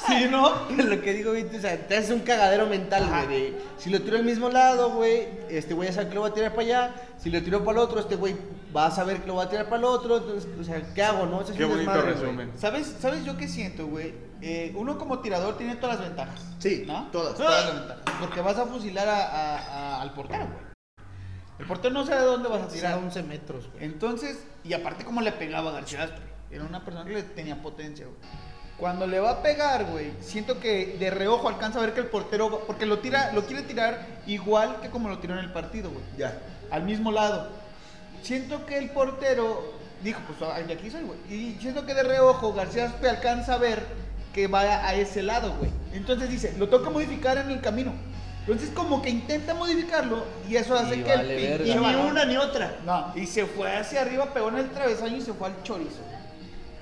S2: Sí, ¿no?
S5: Lo que digo, güey, o sea, te haces un cagadero mental,
S2: Ajá.
S5: güey. de, Si lo tiro al mismo lado, güey, este güey ya sabe que lo va a tirar para allá. Si lo tiro para el otro, este güey va a saber que lo va a tirar para el otro. Entonces, o sea, ¿qué hago, no? Eso es
S3: Qué
S5: un
S3: bonito
S5: desmadre, güey.
S3: resumen.
S2: ¿Sabes, ¿Sabes yo qué siento, güey? Eh, uno como tirador tiene todas las ventajas.
S4: Sí,
S2: ¿no?
S4: todas,
S2: Todas las ventajas. Porque vas a fusilar a- a- a- al portero, güey. El portero no sabe dónde vas a
S5: Tira
S2: tirar.
S5: 11 metros, güey.
S2: Entonces, y aparte como le pegaba a García Aspe, era una persona que le tenía potencia, güey. Cuando le va a pegar, güey, siento que de reojo alcanza a ver que el portero, va- porque lo tira, lo quiere tirar igual que como lo tiró en el partido, güey.
S4: Ya.
S2: Al mismo lado. Siento que el portero dijo, pues ah, de aquí soy, güey. Y siento que de reojo García Aspe alcanza a ver que va a ese lado, güey. Entonces dice, lo toca modificar en el camino. Entonces como que intenta modificarlo y eso hace
S5: Y
S2: que
S5: vale
S2: el pinche
S5: verga.
S4: Y ni
S2: balón-
S4: una ni otra.
S2: no, y se fue hacia arriba, pegó en el travesaño y se fue al chorizo.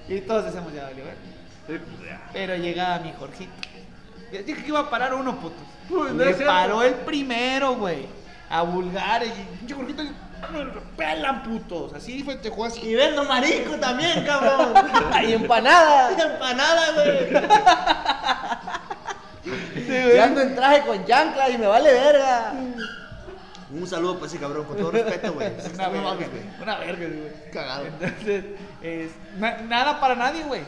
S2: Y todos decíamos, ya valió, ver.
S3: Sí, pues, ya.
S2: Pero llegaba mi Jorgito. Yo Dije que iba a parar uno, putos.
S3: no
S2: Le
S3: es cierto.
S2: paró el primero, güey. A vulgar. Y pinche Jorgito, pelan, putos. Así fue, te jugó así.
S4: Y vendo marisco también, cabrón.
S5: ¡Ay, empanada!
S4: Empanada, güey.
S5: Ya ando en traje con chancla y me vale verga.
S4: Un saludo para ese cabrón, con todo respeto, güey.
S2: Una
S4: No
S2: verga,
S4: mames,
S2: güey. Una verga, güey.
S4: Cagado.
S2: Entonces, es, na- nada para nadie, güey.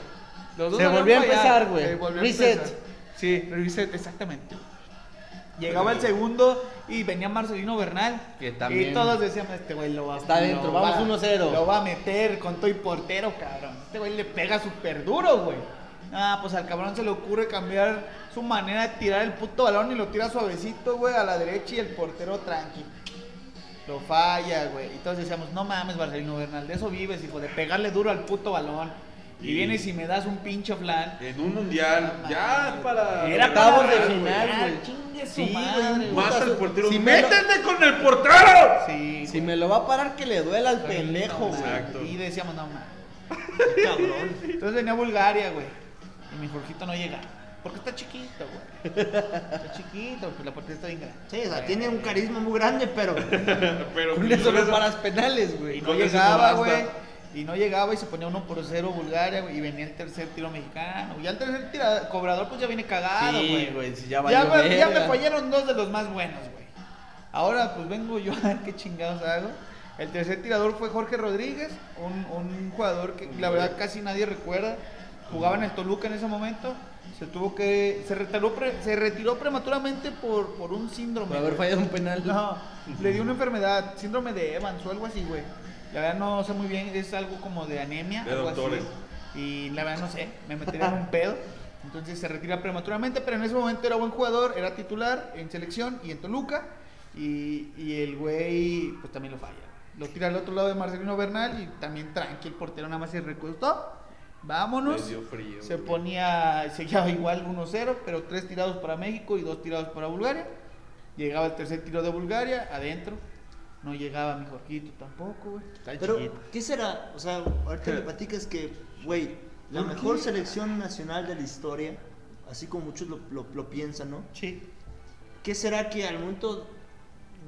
S2: Los dos
S5: Se
S2: habían
S5: volvió a
S2: fallado.
S5: empezar, güey.
S2: Se volvió a
S5: Reset.
S2: empezar. Sí, reset, exactamente. Llegaba el segundo y venía Marcelino Bernal.
S5: Que también-
S2: Y todos decíamos, este güey lo va
S5: Está dentro,
S2: lo
S5: vamos
S2: va-
S5: 1-0.
S2: Lo va a meter con todo y portero, cabrón. Este güey le pega súper duro, güey. Ah, pues al cabrón se le ocurre cambiar su manera de tirar el puto balón y lo tira suavecito, güey, a la derecha y el portero tranqui. Lo falla, güey. Y todos decíamos, no mames, Marcelino Bernal, de eso vives, hijo, de pegarle duro al puto balón. Y
S3: Y-
S2: vienes y me das un pinche flan.
S3: En un mundial. Ya para.
S2: Era
S5: Octavos
S2: para
S5: de
S2: ganar,
S5: final, güey.
S2: Chingue su
S5: Sí,
S2: madre,
S5: güey.
S2: güey.
S3: Más
S5: Puta,
S3: al portero.
S5: si me lo-
S3: ¡Métete con el portero!
S2: Sí,
S5: Si me lo va a parar, que le duela al pendejo,
S2: güey.
S5: güey.
S3: Exacto.
S2: Y decíamos, no mames.
S4: Cabrón.
S2: Entonces venía a Bulgaria, güey. Y mi Jorgito no llega. Porque está chiquito, güey. Está chiquito, pues la portería está bien grande.
S4: Sí, o sea, tiene un carisma muy grande, pero.
S3: Pero.
S5: Con
S3: pues,
S5: eso
S3: con
S5: no
S3: eso-
S5: paras penales,
S2: Y
S5: güey.
S2: no
S3: Con eso
S2: llegaba,
S3: no basta.
S2: güey. Y no llegaba y se ponía uno por cero Bulgaria, güey. Y venía el tercer tiro mexicano. Ya el tercer tira- cobrador, pues ya viene cagado,
S5: Sí,
S2: güey.
S5: güey, sí, ya
S2: ya,
S5: valió
S2: me, ya
S5: verga.
S2: me fallaron dos de los más buenos, güey. Ahora, pues vengo yo a ver qué chingados hago. El tercer tirador fue Jorge Rodríguez, un, un jugador que la verdad casi nadie recuerda. Jugaba en el Toluca en ese momento. Se tuvo que. Se retiró, pre- se retiró prematuramente por, por un síndrome.
S5: Por haber
S2: güey.
S5: fallado un penal.
S2: No, le dio una enfermedad, síndrome de Evans o algo así, güey. La verdad no sé muy bien, es algo como de anemia.
S3: De
S2: algo
S3: doctores.
S2: Así. Y la verdad no sé, me metería en un pedo. Entonces se retira prematuramente, pero en ese momento era buen jugador, era titular en selección y en Toluca. Y, y el güey, pues también lo falla. Lo tira al otro lado de Marcelino Bernal y también tranqui, el portero nada más se recostó. Vámonos.
S3: Les dio frío,
S2: se
S3: güey.
S2: ponía, seguía igual 1-0, pero tres tirados para México y dos tirados para Bulgaria. Llegaba el tercer tiro de Bulgaria, adentro. No llegaba mi Jorquito tampoco, güey. Está
S4: Pero,
S2: chiquito.
S4: ¿qué será? O sea, ahorita me platicas que, güey, la
S3: ¿Por
S4: mejor
S3: qué?
S4: selección nacional de la historia, así como muchos lo, lo- lo piensan, ¿no?
S2: Sí.
S4: ¿Qué será que al momento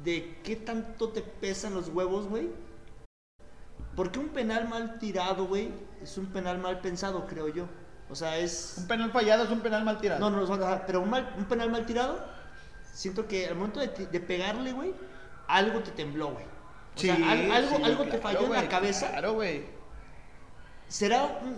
S4: de qué tanto te pesan los huevos, güey? Porque un penal mal tirado, güey, es un penal mal pensado, creo yo. O sea, es...
S2: Un penal fallado es un penal mal tirado.
S4: No, no nos van a dejar, pero un, mal- un penal mal tirado, siento que al momento de, ti- de pegarle, güey, algo te tembló, güey. O sea, al- algo,
S2: sí,
S4: algo te
S2: claro,
S4: falló en
S2: güey,
S4: la cabeza.
S2: Claro, güey.
S4: ¿Será un-